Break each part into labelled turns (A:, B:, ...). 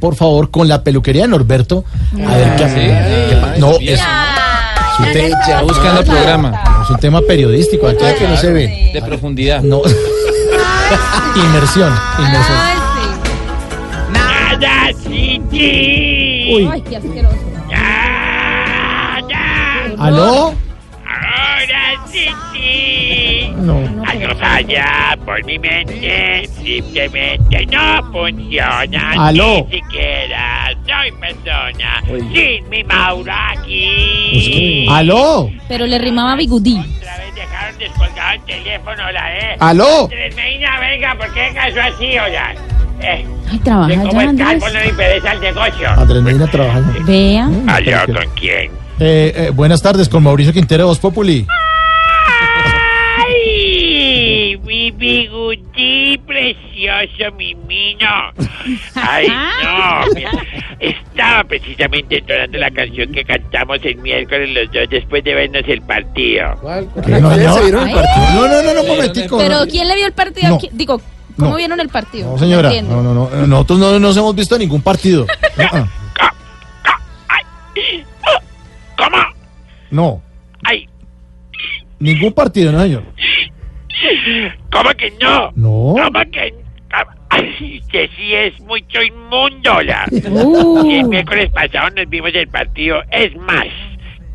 A: por favor, con la peluquería de Norberto. A ver qué hace. No, es un, te-
B: Ah, Ya buscan el programa
A: es un tema periodístico. Aquí que no se ve.
B: de profundidad.
A: No. Inmersión. Inmersión.
C: Ay, sí.
D: Nada, City.
C: Ay, qué asqueroso.
D: Nada.
A: ¿Aló?
D: Ahora, City.
A: No.
D: Algo falla por mi mente. Simplemente no funciona.
A: Aló.
D: Ni siquiera soy persona. Sin mi Maura
C: Pues
D: aquí.
A: ¿Aló?
C: Pero le rimaba bigudí.
D: Otra vez dejaron descolgado el teléfono, la E.
C: Ah.
A: ¿Aló?
D: Andrés Medina, venga, ¿por qué caso así, oigan? Eh,
C: Ay, trabaja
D: de cómo
C: ya,
D: el
C: Andrés.
D: calvo no le interesa el negocio.
A: Andrés Medina trabajando.
C: Vea.
D: Aló, ¿con quién?
A: Eh, eh, buenas tardes, con Mauricio Quintero de Voz Populi.
D: ¡Ay! Mi bigudí precioso, mi mino. ¡Ay, no! Mira, Estaba precisamente entonando la canción que cantamos el miércoles los dos después de vernos el partido.
A: ¿Qué, no, señor?
C: Ay.
A: No, no, no, no, un momentico.
C: Pero ¿quién le vio el partido?
A: No.
C: ¿Qui- Digo, ¿cómo
A: No.
C: vieron el partido?
A: No, señora.
C: entiendo.
A: No, no, no. Nosotros no nos hemos visto en ningún partido. No,
D: Ca- ca- ay, ah, ¿Cómo?
A: No,
D: ¡Ay!
A: ningún partido, no, señor.
D: ¿Cómo que no?
A: No.
D: ¿Cómo que Ay, que sí es mucho inmundo, la.
C: Uh.
D: Y el miércoles pasado nos vimos el partido. Es más,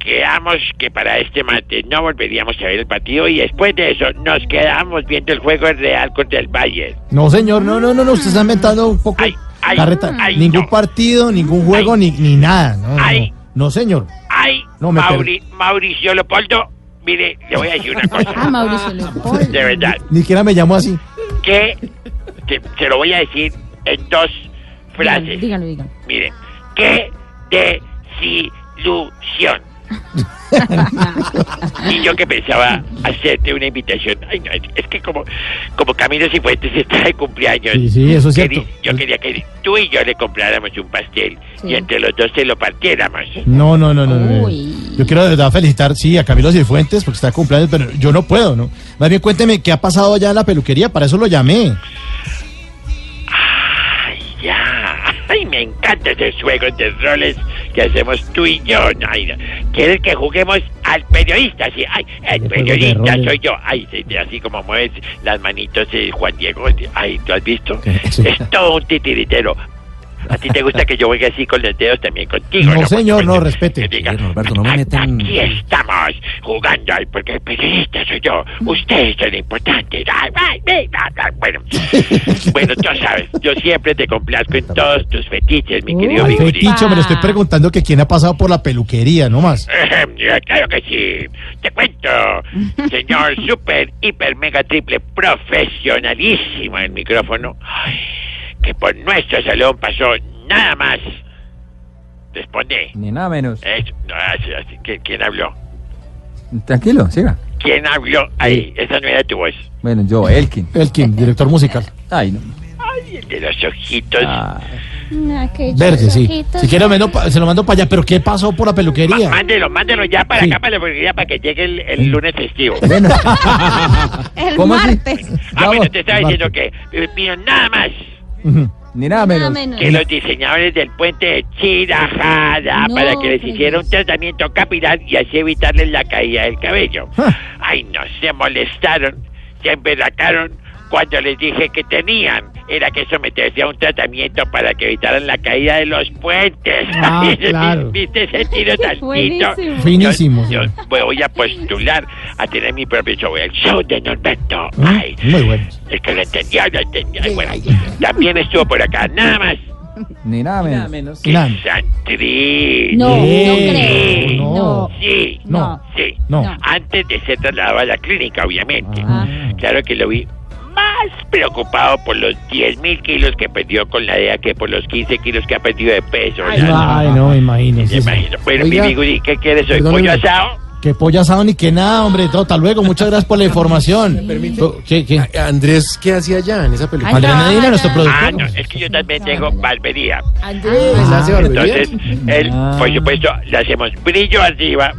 D: quedamos que para este martes no volveríamos a ver el partido y después de eso nos quedamos viendo el juego real contra el Bayern.
A: No, señor, no, no, no, no. Usted está inventando un poco.
D: Ay, ay,
A: carreta.
D: ay,
A: ningún
D: no.
A: partido, ningún juego,
D: Ay.
A: ni, ni nada. No, no,
D: Ay.
A: no. No, señor.
D: Ay,
A: No me
D: Mauri- Mauricio Leopoldo, mire, le voy a decir una
C: Ah,
D: cosa.
C: Mauricio Leopoldo.
D: De verdad,
A: Ni siquiera me llamo así.
D: que te, se lo voy a decir en dos
C: Dígalo,
D: frases.
C: dígalo, dígalo.
D: Mire, qué desilusión. y yo que pensaba hacerte una invitación. Ay, no, es, es que como, como Camilo Cifuentes está de cumpleaños.
A: Sí, sí, eso es
D: queri-
A: cierto.
D: Yo quería que tú y yo le compráramos un pastel
C: Sí.
D: y entre los dos se lo partiéramos.
A: No, no, no, no, no.
C: Uy.
A: Yo quiero de verdad felicitar, sí, a Camilo Cifuentes porque está de cumpleaños, pero yo no puedo, ¿no? Más bien cuénteme qué ha pasado allá en la peluquería, para eso lo llamé.
D: Ay, ya. Ay, me encanta ese juego de roles que hacemos tú y yo. Ay, no. ¿Quieres que juguemos al periodista? Sí, ay, el
A: juego de
D: periodista
A: roles.
D: soy yo. Ay, sí, sí, así como mueves las manitos, eh, Juan Diego. Ay, ¿tú has visto?
A: ¿Qué? Sí.
D: Es todo un titiritero. ¿A ti te gusta que yo juegue así con los dedos también contigo? pues,
A: No, señor, no,
D: Bueno,
A: respete.
D: que diga,
E: Sí, Norberto, no me
D: "A-
E: metan-
D: Aquí estamos jugando al porque el periodista soy yo. Ustedes son importantes. Ay, ay, ay, ay, ay. Bueno, bueno, tú sabes, yo siempre te complazco en todos tus fetiches, mi querido
A: Al
D: Biguri.
A: feticho, me lo estoy preguntando que quién ha pasado por la peluquería, no más.
D: Ejem, Eh, Claro que sí. Te cuento, señor super, hiper, mega, triple, profesionalísimo el micrófono, ay, que por nuestro salón pasó nada más. Responde.
E: Ni nada menos.
D: Eso, no, así- así, ¿quién- ¿Quién habló?
E: Tranquilo, siga.
D: ¿Quién habló? Ahí, esa no era tu voz.
E: Bueno, yo, Elkin.
A: Elkin, director musical.
E: Ay, no.
D: Ay, el de los ojitos.
E: Ah,
A: Verde, sí. Si quiere, me lo pa- se lo mando para allá. ¿Pero qué pasó por la
D: Ma-
A: peluquería?
D: mándelo, mándelo ya para
A: Sí.
D: acá, para, la librería, para que llegue el, el lunes festivo.
E: bueno.
C: El
E: ¿Cómo así?
C: martes.
D: Ah, bueno, te estaba
A: Marta.
D: diciendo que, eh, mío, nada más
A: Ujú.
E: Ni nada
C: Nada
E: menos.
C: menos.
D: que los diseñadores del puente de Chirajada
C: No,
D: para que les
C: pues.
D: hiciera un tratamiento capilar y así evitarles la caída del cabello.
A: Ah.
D: Ay, no, se molestaron, se emberracaron cuando les dije que tenían. Era que someterse a un tratamiento para que evitaran la caída de los puentes.
A: Ah,
D: Ay,
A: claro.
D: ¿Viste ese tiro tan
C: Buenísimo.
A: Finísimo.
D: Yo, yo voy a postular a tener mi propio show, el show de Norberto. Ay,
A: Mm, Muy bueno.
D: el que lo entendió, lo entendió. Ay, bueno, también estuvo por acá, nada más.
E: Ni nada menos.
D: que
A: Nan.
D: Santri.
C: No, no
A: Eh,
C: creo.
A: no.
C: No.
D: Sí,
A: No.
D: sí.
A: No.
C: No.
D: Antes de ser trasladado a la clínica, obviamente.
C: Ah.
D: Claro que lo vi más preocupado por los 10 mil kilos que perdió con la DEA que por los 15 kilos que ha perdido de peso.
A: Ay,
D: Ya,
A: no, ay, no, me imagino.
D: me
A: sí, sí.
D: imagino. Bueno, mi
A: Oiga,
D: bigudi, ¿qué quieres hoy?
A: perdóneme.
D: ¿Pollo asado?
A: Que pollo asado ni que nada, hombre. Todo, hasta luego. Muchas gracias por la información. Oh, ¿Qué, qué?
F: A- Andrés, ¿qué hacía allá en esa película?
C: Ay,
A: Adriana
C: no,
A: Medina,
C: no,
A: nuestro
C: no.
A: productor.
D: Ah, no, es que yo también tengo barbería.
F: Andrés, ¿hace barbería?
D: Entonces, él,
E: Ah.
D: por supuesto, le hacemos brillo arriba,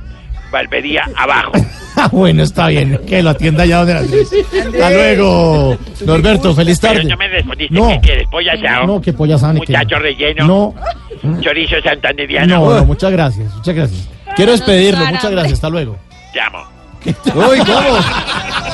D: barbería abajo.
A: Ah, bueno, está bien. Que lo atienda ya don Andrés. Hasta luego. Norberto, feliz
D: Pero
A: tarde.
D: no me respondiste
A: No.
D: que quieres, pollo asado.
A: No, que pollas sane. que-
D: Muchacho relleno.
A: No,
D: Chorizo santanderiano.
A: no, no, muchas gracias. Muchas gracias. Quiero despedirlo. Muchas gracias. Hasta luego.
D: Te amo.
A: Uy, ¿cómo?